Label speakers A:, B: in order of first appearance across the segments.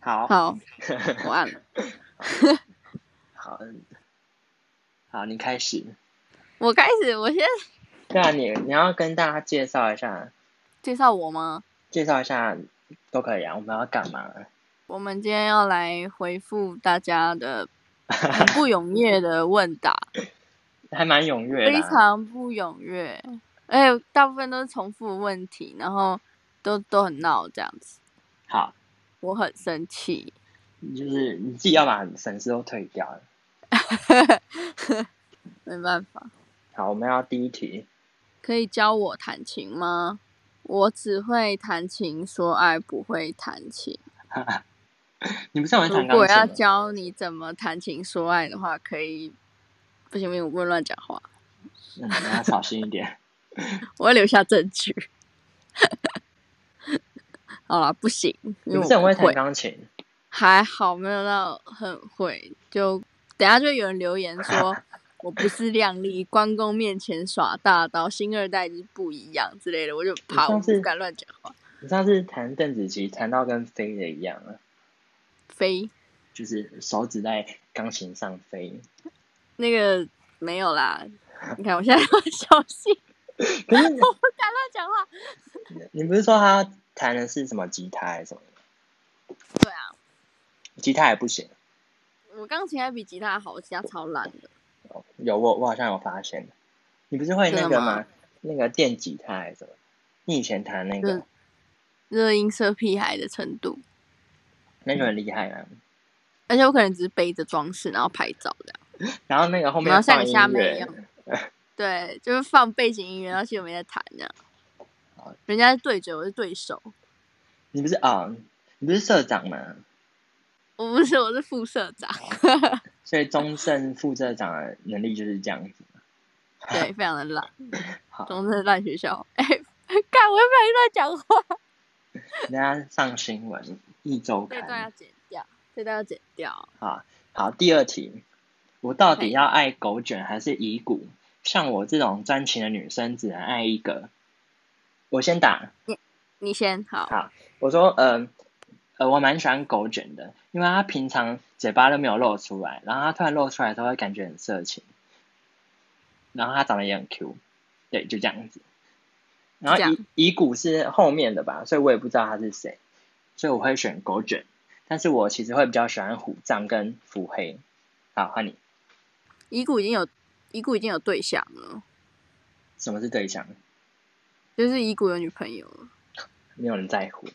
A: 好，
B: 好，我按了。
A: 好，嗯好，你开始。
B: 我开始，我先
A: 那你你要跟大家介绍一下，
B: 介绍我吗？
A: 介绍一下都可以啊。我们要干嘛？
B: 我们今天要来回复大家的很 不踊跃的问答，
A: 还蛮踊跃的
B: 非
A: 啊、
B: 常不踊跃，而且大部分都是重复的问题，然后都都很闹这样子，
A: 好，
B: 我很生气。
A: 你就是你自己要把粉丝都退掉了。
B: 没办法，
A: 好，我们要第一题。
B: 可以教我弹琴吗？我只会弹琴，说爱不会弹琴。
A: 你不是很会
B: 如
A: 弹
B: 果要
A: 钢琴吗？
B: 教你怎么弹琴说爱的话，可以。不行不行，我不能乱讲话，
A: 嗯，你要小心一点。
B: 我要留下证据。好啦，不行， 因
A: 你
B: 为
A: 不
B: 我
A: 是很
B: 不
A: 会
B: 会
A: 弹钢琴？
B: 还好没有到很会。就等下就有人留言说我不是靓丽，关公面前耍大刀，星二代就是不一样之类的，我就
A: 你
B: 怕我
A: 上次
B: 不敢乱讲话。
A: 你上次弹邓紫棋弹到跟飞的一样啊，
B: 飞
A: 就是手指在钢琴上飞。
B: 那个没有啦，你看我现在要小心，
A: 可是你
B: 我不敢乱讲话。
A: 你不是说他弹的是什么吉他还是什么？
B: 对啊，
A: 吉他也不行。
B: 我钢琴还比吉他好，我吉他超烂的。
A: 有我我好像有发现，你不是会那
B: 真的
A: 个
B: 吗
A: 吗？那个电吉他还是什么？你以前弹那个
B: 嗯，热音社屁孩的程度，
A: 那就很厉害啊。
B: 而且我可能只是背着装饰，然后拍照这样。
A: 然后那个后
B: 然
A: 面
B: 后像
A: 放
B: 你
A: 音
B: 虾妹一
A: 乐
B: 样，对，就是放背景音乐，然后其实我没在弹这样
A: 好。
B: 人家是对嘴，我是对手，
A: 你不是啊、你不是社长吗？
B: 我不是，我是副社长，
A: 所以中正副社长的能力就是这样子。
B: 对，非常的烂，
A: 好，
B: 总之烂学校。哎、看我又不小心乱讲话，
A: 人家上新闻一周
B: 这段要
A: 刊。
B: 剪掉，这段要剪掉。
A: 好啊好，第二题，我到底
B: 嘿
A: 要爱狗卷还是遗骨？像我这种专情的女生，只能爱一个。我先打，
B: 你先好，
A: 好，我说，呃，呃，我蛮喜欢狗卷的，因为它平常嘴巴都没有露出来，然后它突然露出来的时候，会感觉很色情，然后它长得也很 Q，对，就这样子。然
B: 这
A: 后
B: 样
A: 遗遗骨是后面的吧，所以我也不知道它是谁，所以我会选狗卷，但是我其实会比较喜欢虎杖跟腹黑。好，换你，
B: 遗骨已经有遗骨已经有对象了，
A: 什么是对象？
B: 就是遗骨有女朋友了。
A: 没有人在乎。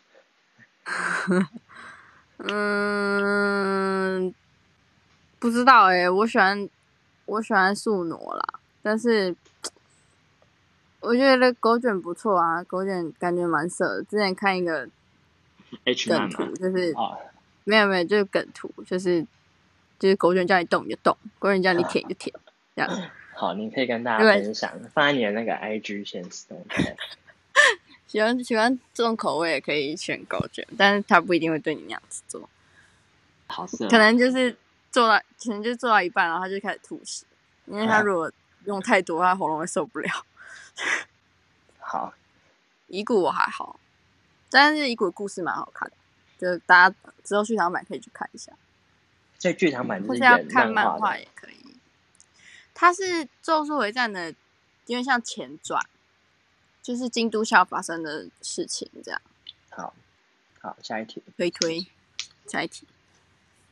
B: 嗯，不知道哎、我喜欢我喜欢素挪啦，但是我觉得狗卷不错啊，狗卷感觉蛮色的。之前看一个
A: H
B: 梗
A: 曼
B: 图
A: 嘛，，
B: 就是
A: 哦，
B: 没有没有，就是梗图，就是就是狗卷叫你动你就动，狗卷叫你舔你就舔，这样。
A: 好，你可以跟大家
B: 对
A: 分享，放在你的那个 IG 现实动态。
B: 喜欢喜欢这种口味也可以选狗卷，但是他不一定会对你那样子做，
A: 好色哦，
B: 可能就是做到可能就做到一半，然后他就开始吐血，因为他
A: 啊
B: 如果用太多，他喉咙会受不了。
A: 好，
B: 遗骨我还好，但是遗骨的故事蛮好看的，就是大家之后去场版可以去看一下，
A: 所以剧场版就
B: 或
A: 是
B: 是要
A: 演
B: 看嗯漫
A: 漫
B: 画
A: 画的，
B: 也可以。它是《咒术回战》的，因为像前传，就是京都校发生的事情，这样
A: 好，好，下一题。
B: 推推。下一题，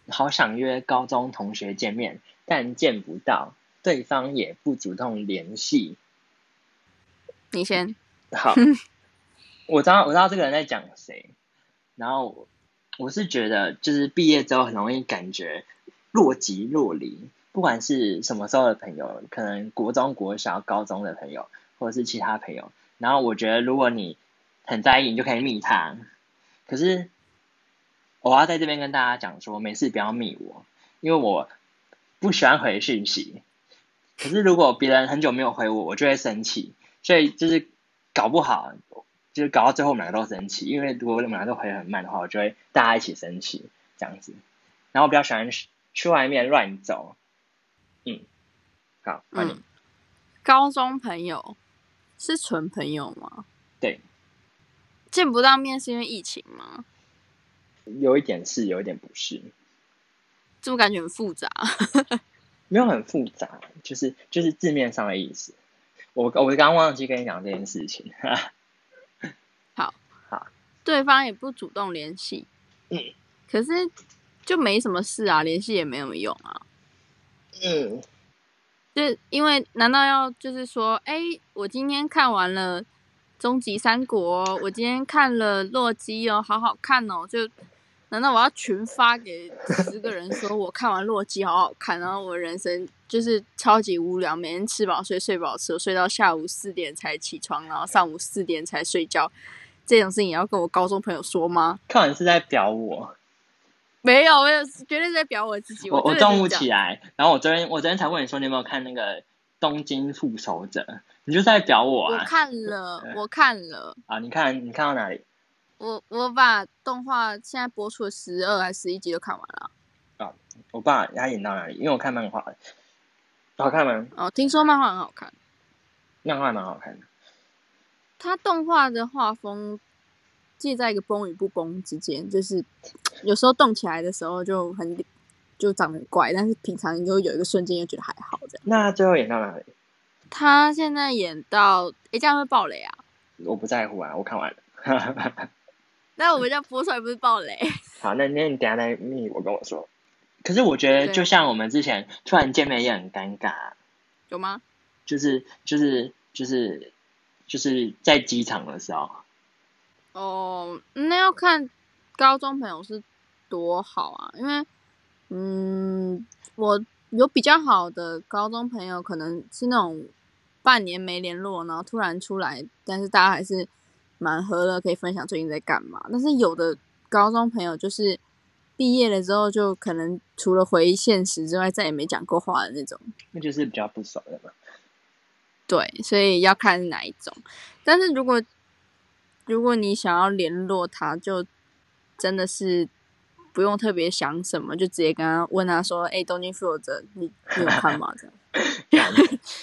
A: 好想约高中同学见面，但见不到，对方也不主动联系。
B: 你先。
A: 好，我知道，我知道这个人在讲谁。然后我我是觉得，就是毕业之后很容易感觉若即若离，不管是什么时候的朋友，可能国中、国小、高中的朋友，或者是其他朋友。然后我觉得，如果你很在意，你就可以密他。可是我要在这边跟大家讲说，没事，不要密我，因为我不喜欢回讯息。可是如果别人很久没有回我，我就会生气。所以就是搞不好，就是搞到最后我们两个都生气，因为如果我们两个都回很慢的话，我就会大家一起生气这样子。然后我比较喜欢去去外面乱走，嗯，好，换你，
B: 嗯，高中朋友是纯朋友吗？
A: 对，
B: 见不到面是因为疫情吗？
A: 有一点是，有一点不是，
B: 这么感觉很复杂？
A: 没有很复杂，就是就是字面上的意思。我我刚忘记跟你讲这件事情，
B: 对方也不主动联系，
A: 嗯，
B: 可是就没什么事啊，联系也没有用啊。
A: 嗯，
B: 就因为难道要就是说，哎、我今天看完了《终极三国》，我今天看了《洛基》哦，好好看哦，就难道我要群发给十个人说我看完《洛基》好好看，然后我人生就是超级无聊，每天吃饱睡，睡饱吃，我睡到下午四点才起床，然后上午四点才睡觉，这种事情也要跟我高中朋友说吗？
A: 看完是在表我，
B: 没有，我有绝对是在表我自己。
A: 我
B: 我
A: 我
B: 真的
A: 动
B: 是
A: 不
B: 这样
A: 起来。然后我昨天我昨天才问你说你有没有看那个《东京复仇者》，你就是在表我
B: 我
A: 啊
B: 看了，我看了，
A: 啊！你看你看到哪里
B: 我我把动画现在播出的十二还是十一集都看完了。
A: 我爸他演到哪里？因为我看漫画的，好看吗？
B: 哦，听说漫画很好看，
A: 漫画蛮好看的。
B: 它动画的画风介在一个崩与不崩之间，就是有时候动起来的时候就很就长得很怪，但是平常又有一个瞬间又觉得还好这样。
A: 那最后演到哪里？
B: 他现在演到，诶，这样会爆雷啊？
A: 我不在乎啊，我看完了。
B: 那我们这样播出来不是爆雷？
A: 好，那那你等一下再密我跟我说。可是我觉得，
B: 对啊
A: 就像我们之前突然见面也很尴尬啊，
B: 有吗？
A: 就是就是就是就是在机场的时候，
B: 哦，那要看高中朋友是多好啊，因为，嗯，我有比较好的高中朋友，可能是那种半年没联络，然后突然出来，但是大家还是蛮和乐，可以分享最近在干嘛。但是有的高中朋友就是毕业了之后，就可能除了回忆现实之外，再也没讲过话的那种。
A: 那就是比较不熟的嘛。
B: 对，所以要看是哪一种。但是如果如果你想要联络他，就真的是不用特别想什么，就直接跟他问他说：“哎、东京复仇者，你你有看吗？”这样，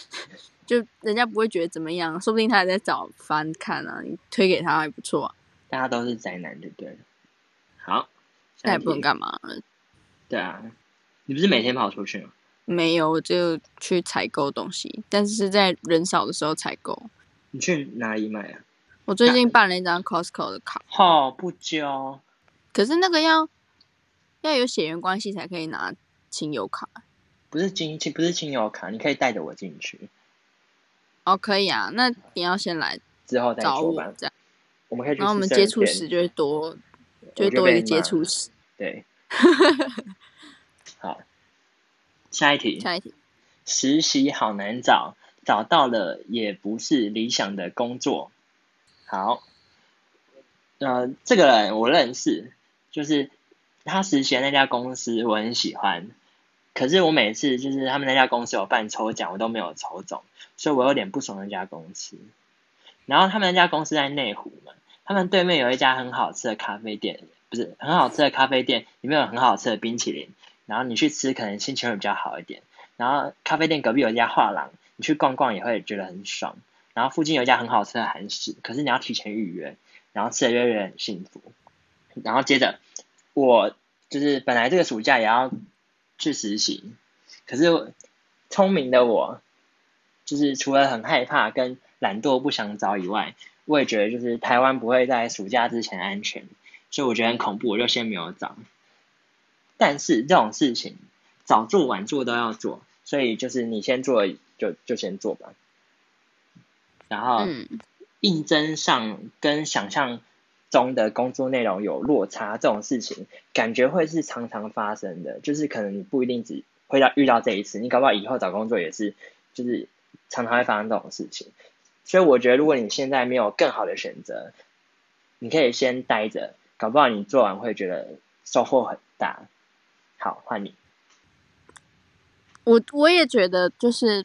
B: 就人家不会觉得怎么样，说不定他还在找翻看啊，你推给他还不错啊，
A: 大家都是宅男，就对了。好，
B: 那
A: 下
B: 也
A: 一
B: 不能
A: 题。
B: 干嘛。
A: 对啊，你不是每天跑出去吗？
B: 没有，我就去采购东西，但是是在人少的时候采购。
A: 你去哪里买啊？
B: 我最近办了一张 Costco 的卡，
A: 哦，不交。
B: 可是那个要要有血缘关系才可以拿亲友卡。
A: 不是亲戚，不是亲友卡，你可以带着我进去，
B: 哦，可以啊，那你要先来
A: 之后再
B: 找
A: 说
B: 我
A: 吧。
B: 这样，
A: 我们可以去
B: 然后我们
A: 吃
B: 接触
A: 生
B: 史
A: 煎，
B: 就会多，
A: 我
B: 就会
A: 就
B: 多一
A: 被
B: 个接
A: 骂
B: 触
A: 了
B: 史。
A: 对。好，下一题，
B: 下一题，
A: 实习好难找，找到了也不是理想的工作。好，呃，这个人我认识，就是他实习的那家公司我很喜欢，可是我每次就是他们那家公司有办抽奖，我都没有抽中，所以我有点不爽那家公司。然后他们那家公司在内湖嘛，他们对面有一家很好吃的咖啡店，不是很好吃的咖啡店，里面有很好吃的冰淇淋，然后你去吃可能心情会比较好一点。然后咖啡店隔壁有一家画廊，你去逛逛也会觉得很爽。然后附近有一家很好吃的韩式，可是你要提前预约，然后吃的越来越很幸福。然后接着我就是本来这个暑假也要去实习，可是聪明的我，就是除了很害怕跟懒惰不想找以外，我也觉得就是台湾不会在暑假之前安全，所以我觉得很恐怖，我就先没有找。但是这种事情早做晚做都要做，所以就是你先做就就先做吧。然后
B: 嗯，
A: 应征上跟想象中的工作内容有落差这种事情，感觉会是常常发生的。就是可能你不一定只会到遇到这一次，你搞不好以后找工作也是，就是常常会发生这种事情。所以我觉得，如果你现在没有更好的选择，你可以先待着，搞不好你做完会觉得收获很大。好，换你。
B: 我我也觉得就是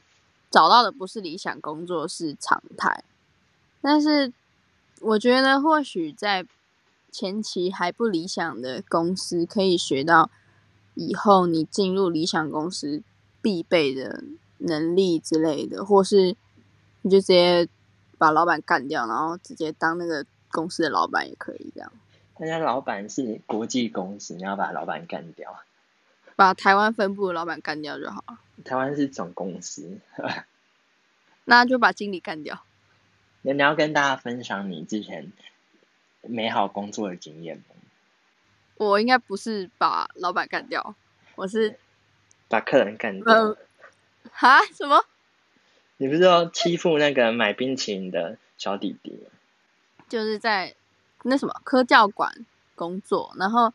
B: 找到的不是理想工作是常态，但是我觉得或许在前期还不理想的公司，可以学到以后你进入理想公司必备的能力之类的，或是你就直接把老板干掉，然后直接当那个公司的老板也可以这样。
A: 那家老板是国际公司，你要把老板干掉。
B: 把台湾分部的老板干掉就好了，
A: 台湾是总公司，
B: 那就把经理干掉。
A: 那你要跟大家分享你之前美好工作的经验吗？
B: 我应该不是把老板干掉，我是
A: 把客人干掉？
B: 呃哈什么？
A: 你不是要欺负那个买冰淇淋的小弟弟吗？
B: 就是在那什么科教馆工作，然后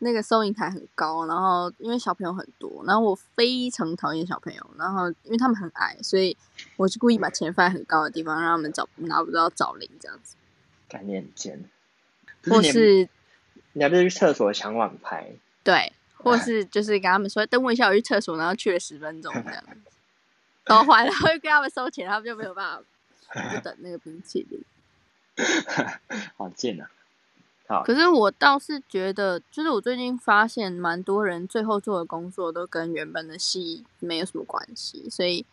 B: 那个收银台很高，然后因为小朋友很多，然后我非常讨厌小朋友，然后因为他们很矮，所以我是故意把钱放在很高的地方，让他们找拿不到找零这样子，
A: 概念贱。
B: 或
A: 你
B: 是
A: 你还不是去厕所抢网拍？
B: 对，或是就是跟他们说等我一下，我去厕所，然后去了十分钟这样子，然后回来会跟他们收钱，他们就没有办法就等那个冰淇淋。
A: 好贱啊！
B: 可是我倒是觉得，就是我最近发现，蛮多人最后做的工作都跟原本的戏没有什么关系，所以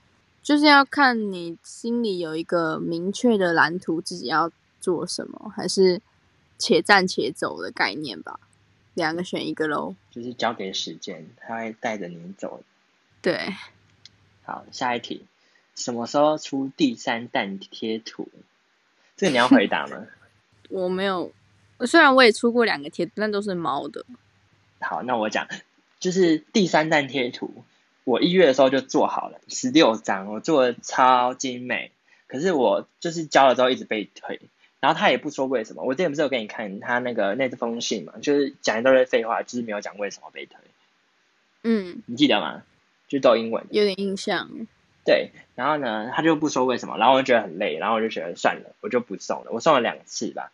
B: 就是要看你心里有一个明确的蓝图，自己要做什么，还是且战且走的概念吧。两个选一个喽。
A: 就是交给时间，他会带着你走。
B: 对，
A: 好，下一题，什么时候出第三弹贴图？这个你要回答吗？
B: 我没有，虽然我也出过两个贴，但都是猫的。
A: 好，那我讲，就是第三弹贴图，我一月的时候就做好了，十六张，我做的超精美。可是我就是交了之后一直被退，然后他也不说为什么。我之前不是有给你看他那个那封信嘛，就是讲一大堆废话，就是没有讲为什么被退，
B: 嗯，
A: 你记得吗？就都英文。
B: 有点印象。
A: 对，然后呢，他就不说为什么，然后我就觉得很累，然后我就觉得算了，我就不送了，我送了两次吧。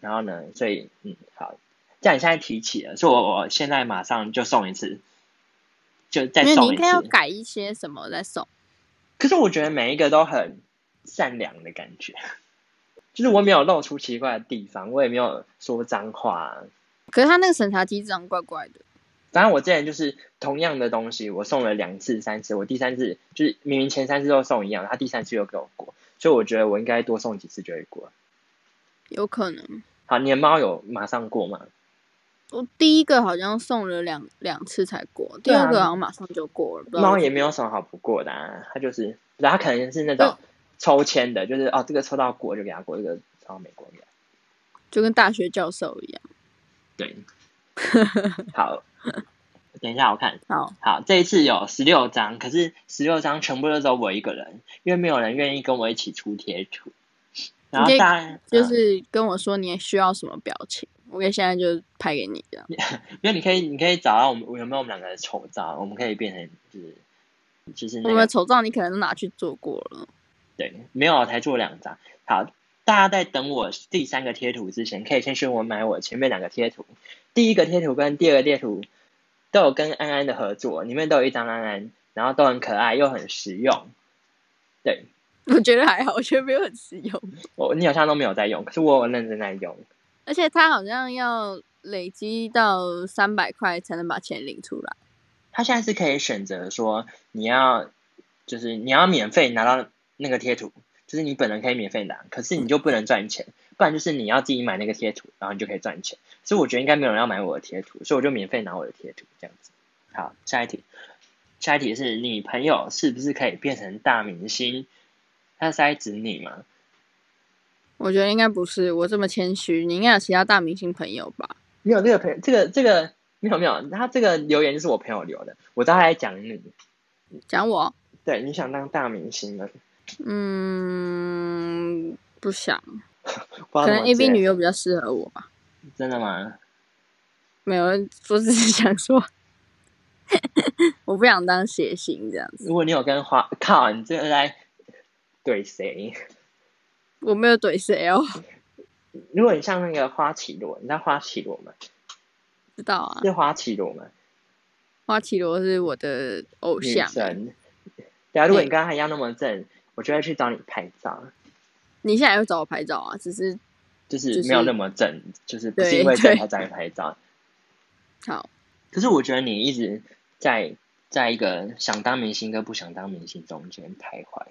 A: 然后呢，所以嗯，好，这样你现在提起了，所以我我现在马上就送一次，就再
B: 因为你
A: 送
B: 应
A: 一
B: 该要
A: 次。
B: 改一些什么再送。
A: 可是我觉得每一个都很善良的感觉， 就是我没有露出奇怪的地方，我也没有说脏话，啊
B: 可是他那个审查机制长怪怪的。
A: 反正我之前就是同样的东西，我送了两次、三次，我第三次就是明明前三次都送一样，他第三次又给我过，所以我觉得我应该多送几次就会过。
B: 有可能。
A: 好，你的猫有马上过吗？
B: 我第一个好像送了两两次才过，第
A: 对啊
B: 二个好像马上就过了。不知道
A: 猫
B: 为什
A: 也
B: 么
A: 没有什么好不过的、啊，它就是，然后它可能是那种抽签的，就是哦，这个抽到过就给它过，这个抽到没过就给它过。
B: 就跟大学教授一样。
A: 对， 好，等一下我看，
B: 好，
A: 好，这一次有十六张，可是十六张全部都只有我一个人，因为没有人愿意跟我一起出贴图。然后
B: 你可以
A: 大家
B: 就是跟我说你需要什么表情，我可以现在就拍给你这样。
A: 嗯因为你可以，你可以找到我们有没有我们两个的丑照，我们可以变成就是就是
B: 我
A: 那
B: 们
A: 个
B: 的丑照你可能都拿去做过了。
A: 对，没有，才做两张。好，大家在等我第三个贴图之前，可以先去我买我前面两个贴图。第一个贴图跟第二个贴图都有跟安安的合作，里面都有一张安安，然后都很可爱又很实用。对
B: 我觉得还好，我觉得没有很实用。
A: 我，你好像都没有在用，可是我有认真在用。
B: 而且他好像要累积到三百块才能把钱领出来。
A: 它现在是可以选择说你要，就是你要免费拿到那个贴图，就是你本人可以免费拿，可是你就不能赚钱，不然就是你要自己买那个贴图，然后你就可以赚钱。所以我觉得应该没有人要买我的贴图，所以我就免费拿我的贴图这样子。好，下一题，下一题是你朋友是不是可以变成大明星？他是在指你吗？
B: 我觉得应该不是，我这么谦虚，你应该有其他大明星朋友吧？
A: 没有这个朋友，这个这个没有没有，他这个留言是我朋友留的，我知道他在讲你，
B: 讲我，
A: 对，你想当大明星吗？
B: 嗯，不想。
A: 可
B: 可能 A B 女优比较适合我吧。
A: 真的吗？
B: 没有，我只是想说，我不想当谐星这样子。
A: 如果你有跟花靠，你这个在怼谁？
B: 我没有怼谁哦，
A: 如果你像那个花绮罗，你知道花绮罗吗？
B: 知道啊。
A: 是花绮罗吗？
B: 花绮罗是我的偶
A: 女
B: 像。
A: 神。对啊，如果你跟她一样那么正，我就会去找你拍照，
B: 你现在会找我拍照啊？只是
A: 就是
B: 就是
A: 没有那么正，就是不是
B: 对
A: 因为正
B: 对
A: 才找你拍照。
B: 好，
A: 可是我觉得你一直在在一个想当明星跟不想当明星中间徘徊。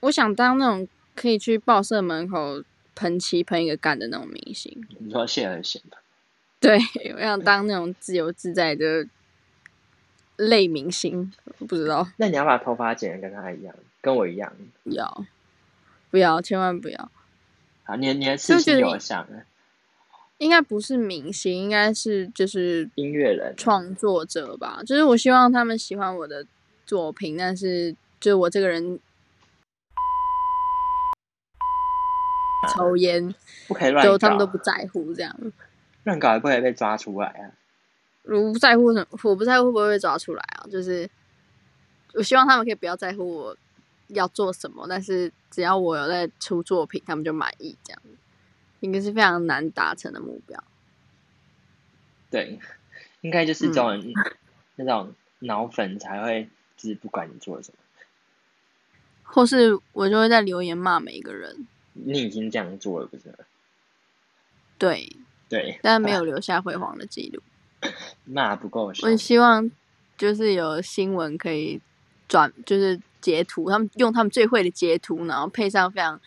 B: 我想当那种可以去报社门口喷漆喷一个干的那种明星。
A: 你说谢尔贤吧？
B: 对，我想当那种自由自在的类明星，我不知道
A: 那你要把头发剪得跟他一样，跟我一样。
B: 不要不要，千万不要。
A: 好，你的你的刺
B: 就觉
A: 青
B: 得
A: 有像啊
B: 应该不是明星，应该是就是
A: 音乐人，啊
B: 创作者吧。就是我希望他们喜欢我的作品，但是就是我这 个人抽烟，
A: 不可以乱
B: 就
A: 搞，
B: 他们都不在乎这样。
A: 乱搞也不可以被抓出来啊！
B: 我不在乎什么，我不在乎会不会被抓出来啊，就是我希望他们可以不要在乎我要做什么，但是只要我有在出作品，他们就满意这样子，应该是非常难达成的目标。
A: 对，应该就是这种、 那种脑粉才会，就是不管你做什么，
B: 或是我就会在留言骂每一个人，
A: 你已经这样做了，不是吗？
B: 对，
A: 对，
B: 但没有留下辉煌的记录。
A: 骂不够凶
B: 我，希望就是有新闻可以转，就是截图，他们用他们最会的截图，然后配上非常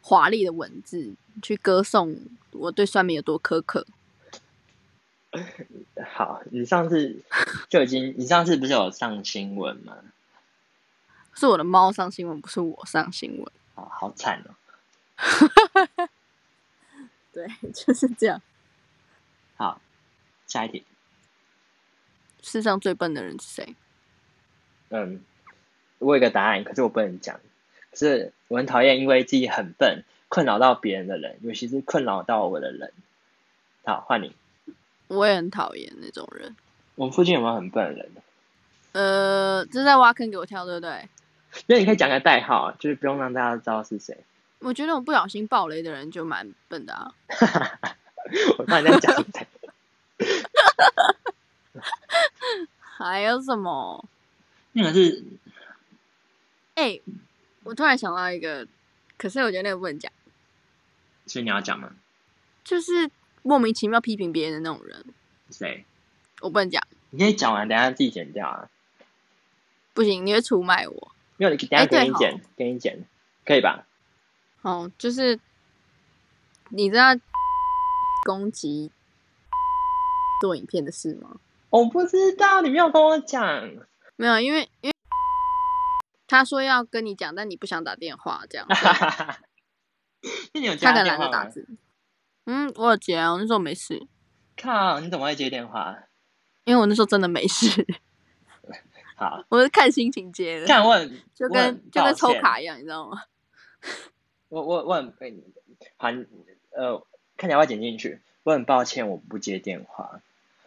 B: 华丽的文字，去歌颂我对酸民有多苛刻。
A: 好，你上次就已经，你上次不是有上新闻吗？
B: 是我的猫上新闻，不是我上新闻。
A: 好好惨哦。
B: 对， 就是这样。
A: 好，下一题，
B: 世上最笨的人是谁？
A: 嗯，我有一个答案，可是我不能讲。可是我很讨厌因为自己很笨困扰到别人的人，尤其是困扰到我的人。好，换你。
B: 我也很讨厌那种人。
A: 我们附近有没有很笨的人？
B: 呃，这是在挖坑给我跳，对不对？
A: 那你可以讲个代号，啊就是不用让大家知道是谁。
B: 我觉得我不小心爆雷的人就蛮笨的啊。
A: 我怕你在讲谁。
B: 还有什么？
A: 那个是
B: 哎、
A: 嗯
B: 我突然想到一个，可是我觉得那个不能讲，
A: 所以你要讲吗？
B: 就是莫名其妙批评别人的那种人，
A: 谁？
B: 我不能讲，
A: 你可以讲完，等一下自己剪掉啊。
B: 不行，你会出卖我。
A: 没有，你等一下
B: 哎对
A: 给你
B: 吼
A: 剪，给你剪，可以吧？
B: 哦，就是你知道 攻击做影片的事吗？
A: 我不知道，你没有跟我讲。
B: 没有，因为因为他说要跟你讲，但你不想打电话，这样
A: 那你有接
B: 他可能
A: 啊电
B: 懒
A: 话
B: 得打
A: 吗？
B: 字。嗯，我有接啊，我那时候没事，
A: 靠，你怎么会接电话？
B: 因为我那时候真的没事，
A: 好，
B: 我是看心情接的，
A: 但我很
B: 就
A: 我很
B: 跟就
A: 抱
B: 跟抽
A: 歉
B: 卡一样，你知道吗？
A: 我我我很好，你呃，看起来会剪进去。我很抱歉，我不接电话。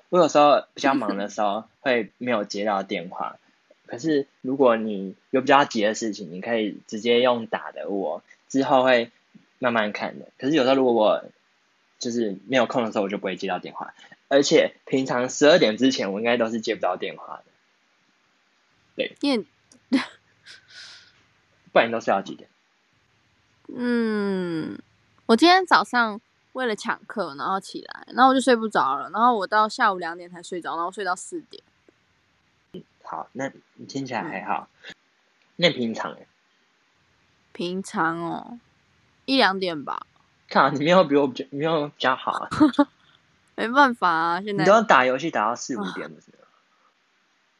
A: 我有时候比较忙的时候会没有接到电话，可是如果你有比较急的事情，你可以直接用打的我，之后会慢慢看的。可是有时候如果我就是没有空的时候，我就不会接到电话，而且平常十二点之前我应该都是接不到电话的，
B: 因为
A: 不然你都睡到几点？
B: 嗯，我今天早上为了抢课，然后起来，然后我就睡不着了，然后我到下午两点才睡着，然后睡到四点。
A: 好，那你听起来还好。那平常欸
B: 平常哦，一两点吧，
A: 靠，你没有比我比较，你没有比较好啊，
B: 没办法啊，现
A: 你
B: 在
A: 都要打游戏打到四五点，不是吗？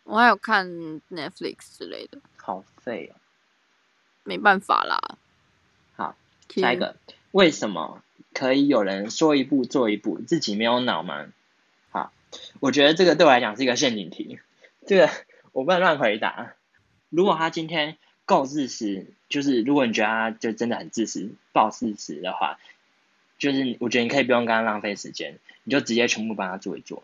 B: 我还有看 Netflix 之类的，
A: 好废哦。
B: 没办法啦。
A: 好，
B: 其实
A: 下一个，为什么可以有人说一步做一步，自己没有脑吗？好，我觉得这个对我来讲是一个陷阱题，这个我不能乱回答。如果他今天够自私，就是如果你觉得他就真的很自私、暴自私的话，就是我觉得你可以不用跟他浪费时间，你就直接全部帮他做一做。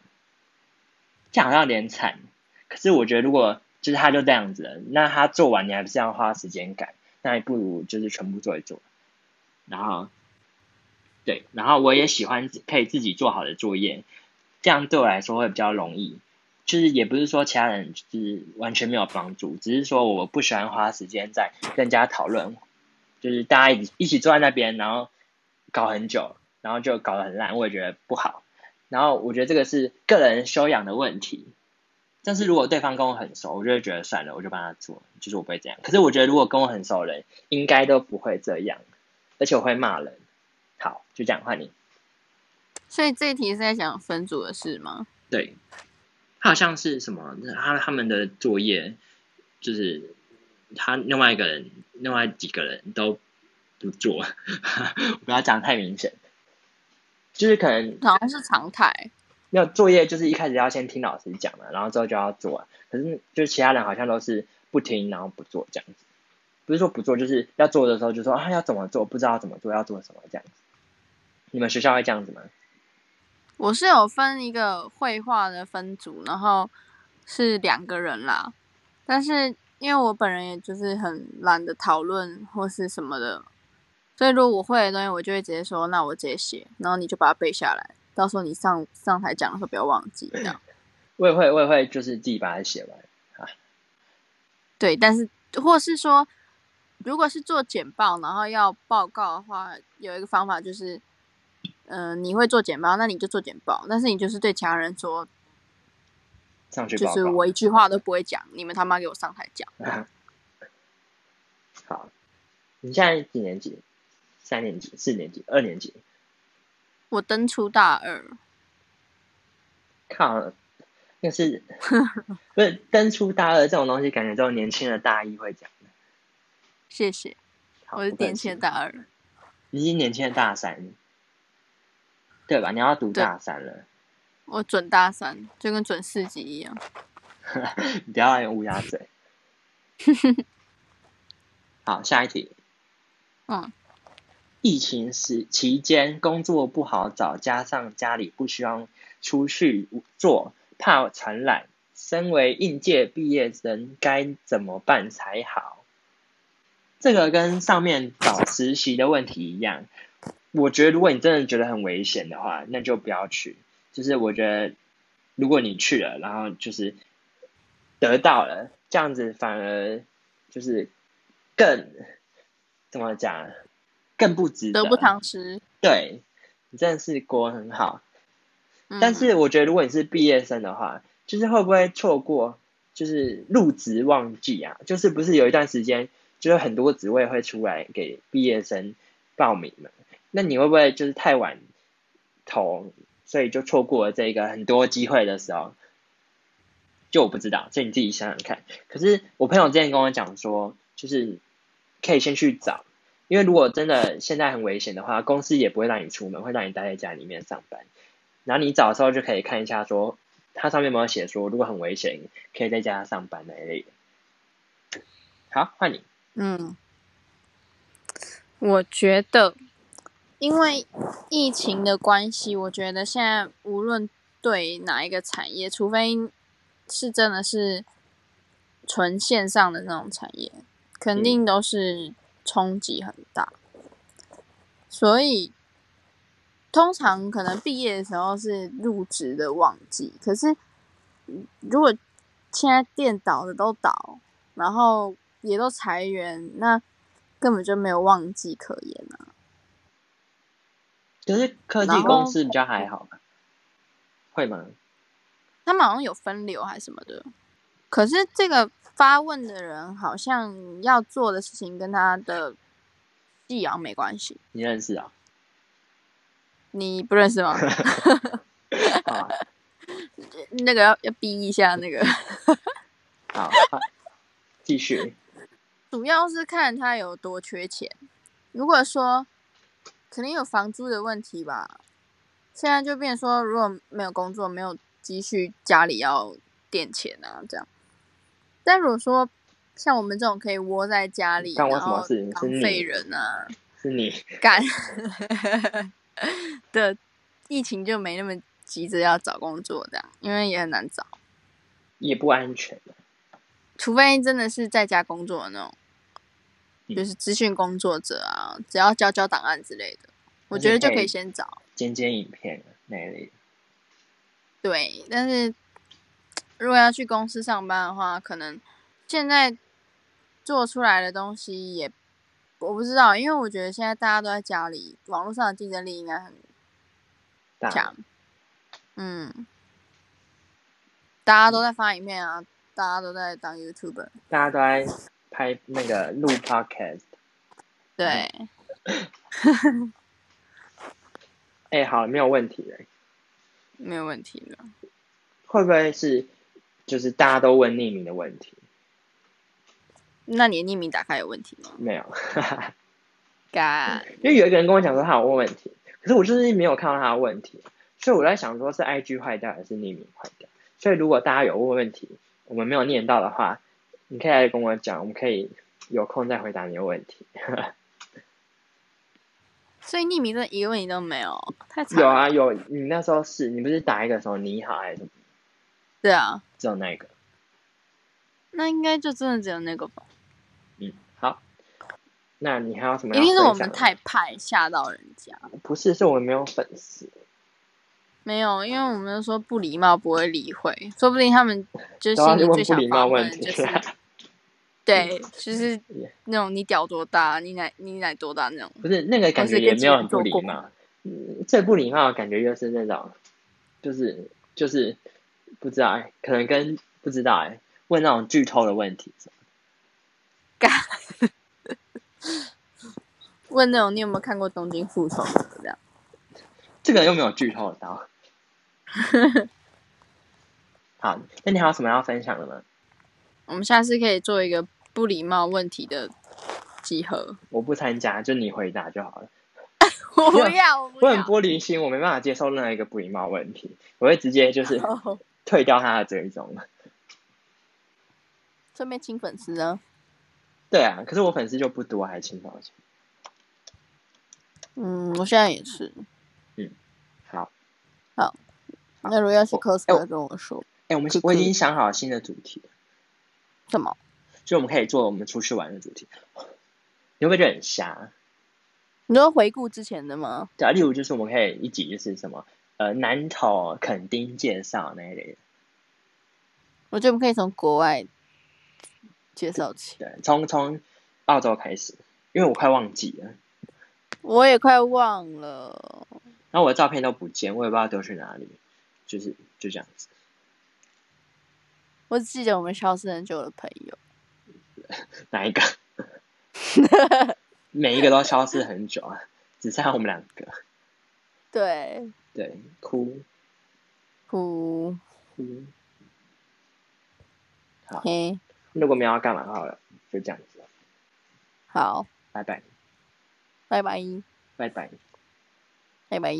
A: 这样好像有点惨，可是我觉得如果就是他就这样子了，那他做完你还不是要花时间改？那不如就是全部做一做。然后，对，然后我也喜欢自可以自己做好的作业，这样对我来说会比较容易。就是也不是说其他人就是完全没有帮助，只是说我不喜欢花时间在跟人家讨论，就是大家一起一起坐在那边，然后搞很久，然后就搞得很烂，我也觉得不好。然后我觉得这个是个人修养的问题，但是如果对方跟我很熟，我就会觉得算了，我就帮他做，就是我不会这样。可是我觉得如果跟我很熟的人，应该都不会这样，而且我会骂人。好，就这样换你。
B: 所以这一题是在讲分组的事吗？
A: 对，他好像是什么？他他们的作业就是他另外一个人，另外几个人都不做， 我不要讲太明显，就是可能
B: 好像是常态。
A: 没有作业，就是一开始要先听老师讲嘛，然后之后就要做。啊可是就其他人好像都是不听，然后不做这样子。不是说不做，就是要做的时候就说啊要怎么做，不知道怎么做，要做什么这样子。你们学校会这样子吗？
B: 我是有分一个绘画的分组，然后是两个人啦。但是因为我本人也就是很懒得讨论或是什么的，所以如果我会的东西，我就会直接说那我直接写，然后你就把它背下来，到时候你上上台讲的时候不要忘记这样。
A: 我也会，我也会，就是自己把它写完。
B: 对，但是或是说，如果是做简报，然后要报告的话，有一个方法就是，呃，你会做简报，那你就做简报，但是你就是对其他人说，
A: 上去报
B: 就
A: 告
B: 是我一句话都不会讲，你们他妈给我上台讲。
A: 好，你现在几年级？三年级、四年级、二年级？
B: 我登出大二，
A: 靠，那 是不是登出大二这种东西，感觉只有年轻的大一会讲的。
B: 谢谢，
A: 好
B: 我是
A: 不客
B: 年轻
A: 气
B: 的大二，
A: 你已经年轻的大三，对吧？你要读
B: 对
A: 大三了，
B: 我准大三，就跟准四级一样。
A: 你不要用乌鸦嘴。好，下一题。
B: 嗯，
A: 疫情时期间工作不好找，加上家里不希望出去做，怕传染。身为应届毕业生，该怎么办才好？这个跟上面找实习的问题一样，我觉得如果你真的觉得很危险的话，那就不要去。就是我觉得，如果你去了，然后就是得到了，这样子反而就是更怎么讲，更不值得。
B: 得不偿失。
A: 对，你真的是国文很好。
B: 嗯、
A: 但是我觉得，如果你是毕业生的话，就是会不会错过就是入职旺季啊？就是不是有一段时间，就是很多职位会出来给毕业生报名嘛？那你会不会就是太晚投，所以就错过了这个很多机会的时候？就我不知道，所以你自己想想看。可是我朋友之前跟我讲说，就是可以先去找，因为如果真的现在很危险的话，公司也不会让你出门，会让你待在家里面上班。然后你找的时候就可以看一下说，它上面有没有写说，如果很危险，可以在家上班那一类的。好，换你。
B: 嗯，我觉得，因为疫情的关系，我觉得现在无论对哪一个产业，除非是真的是纯线上的那种产业，肯定都是冲击很大。所以，通常可能毕业的时候是入职的旺季，可是嗯如果现在电倒的都倒，然后也都裁员，那根本就没有旺季可言啊。
A: 可是科技公司比较还好吧？会吗？
B: 他们好像有分流还是什么的，可是这个发问的人好像要做的事情跟他的寄养没关系，
A: 你认识啊？
B: 你不认识吗？
A: 好啊，
B: 那个要要逼一下那个，
A: 好，好继续。
B: 主要是看他有多缺钱。如果说肯定有房租的问题吧，现在就变成说，如果没有工作，没有积蓄，家里要垫钱啊，这样。但如果说像我们这种可以窝在家里，
A: 干我
B: 然
A: 什么
B: 后
A: 事是
B: 当
A: 你
B: 废人啊，
A: 是你
B: 干 的疫情就没那么急着要找工作这样，因为也很难找，
A: 也不安全啊
B: 除非真的是在家工作的那种，
A: 嗯
B: 就是资讯工作者啊，只要交交档案之类的，我觉得就可以先找。
A: 剪剪影片啊那一类的。
B: 对，但是如果要去公司上班的话，可能现在做出来的东西也我不知道，因为我觉得现在大家都在家里，网络上的竞争力应该很
A: 大
B: 讲，嗯，大家都在发影片啊，大家都在当 YouTuber，
A: 大家都在拍
B: 嗯
A: 那个录 podcast，
B: 对，
A: 哎、好，没有问题了。
B: 没有问题的。
A: 会不会是就是大家都问匿名的问题？
B: 那你的匿名打开有问题吗？
A: 没有，
B: 干，
A: 因为有一个人跟我讲说他有问问题，可是我就是没有看到他的问题，所以我在想说是 IG 坏掉还是匿名坏掉。所以如果大家有问问题，我们没有念到的话，你可以来跟我讲，我们可以有空再回答你的问题。
B: 所以匿名的疑问你都没有，太惨了。
A: 有啊，有，你那时候是你不是打一个什么你好还是什么，
B: 对啊，
A: 只有那个。
B: 那应该就真的只有那个吧？
A: 嗯，好。那你还有什么
B: 一
A: 要
B: 定是
A: 分
B: 我
A: 享
B: 们
A: 的
B: 太派吓到人家。
A: 不是，是我们没有粉丝。
B: 没有，因为我们都说不礼貌不会理会，说不定他们就是
A: 然后啊就
B: 心里
A: 问
B: 最
A: 不
B: 想
A: 礼貌
B: 访
A: 问
B: 问
A: 题啊
B: 就，是对， 就是
A: 也
B: 那种你屌多大，你奶你奶多大那种。
A: 不是那个感
B: 或
A: 觉
B: 是
A: 也
B: 跟
A: 没
B: 其
A: 有
B: 他
A: 很
B: 人
A: 不
B: 做
A: 礼
B: 过
A: 貌。嗯最不礼貌的感觉就是那种，就是就是不知道哎、可能跟不知道哎、问那种剧透的问题，
B: 问那种你有没有看过《东京复仇者》这样？
A: 这个又没有剧透 到。好，那你还有什么要分享的吗？
B: 我们下次可以做一个不礼貌问题的集合。
A: 我不参加，就你回答就好了。
B: 我不要，我不
A: 我很
B: 要。
A: 玻璃心，我没办法接受任何一个不礼貌问题，我会直接就是
B: 哦
A: 退掉他的追踪。
B: 顺便请粉丝啊呢？
A: 对啊，可是我粉丝就不多，还请抱歉。
B: 嗯，我现在也是。
A: 好，
B: 那如果要去
A: 我
B: cosplay，跟我说
A: 哎、我们
B: 可
A: 我已
B: 可
A: 经想好新的主题了，
B: 什么？
A: 就我们可以做我们出去玩的主题。你会不会觉得很瞎？
B: 你都回顾之前的吗？
A: 对啊，例如就是我们可以一集就是什么呃南投垦丁介绍那一类的，
B: 我觉得我们可以从国外介绍起。
A: 对，从从澳洲开始，因为我快忘记了，
B: 我也快忘了，
A: 然后我的照片都不见，我也不知道丢去哪里，就是就这样子。
B: 我只记得我们消失很久的朋友。
A: 哪一个？ 每一个都消失很久啊，只剩下我们两个。
B: 对，
A: 对，哭
B: 哭，
A: 哭。
B: 嘿，
A: 如果没有要干嘛，好了，就这样子，
B: 好，
A: 拜拜，
B: 拜拜，
A: 拜拜。
B: 拜拜。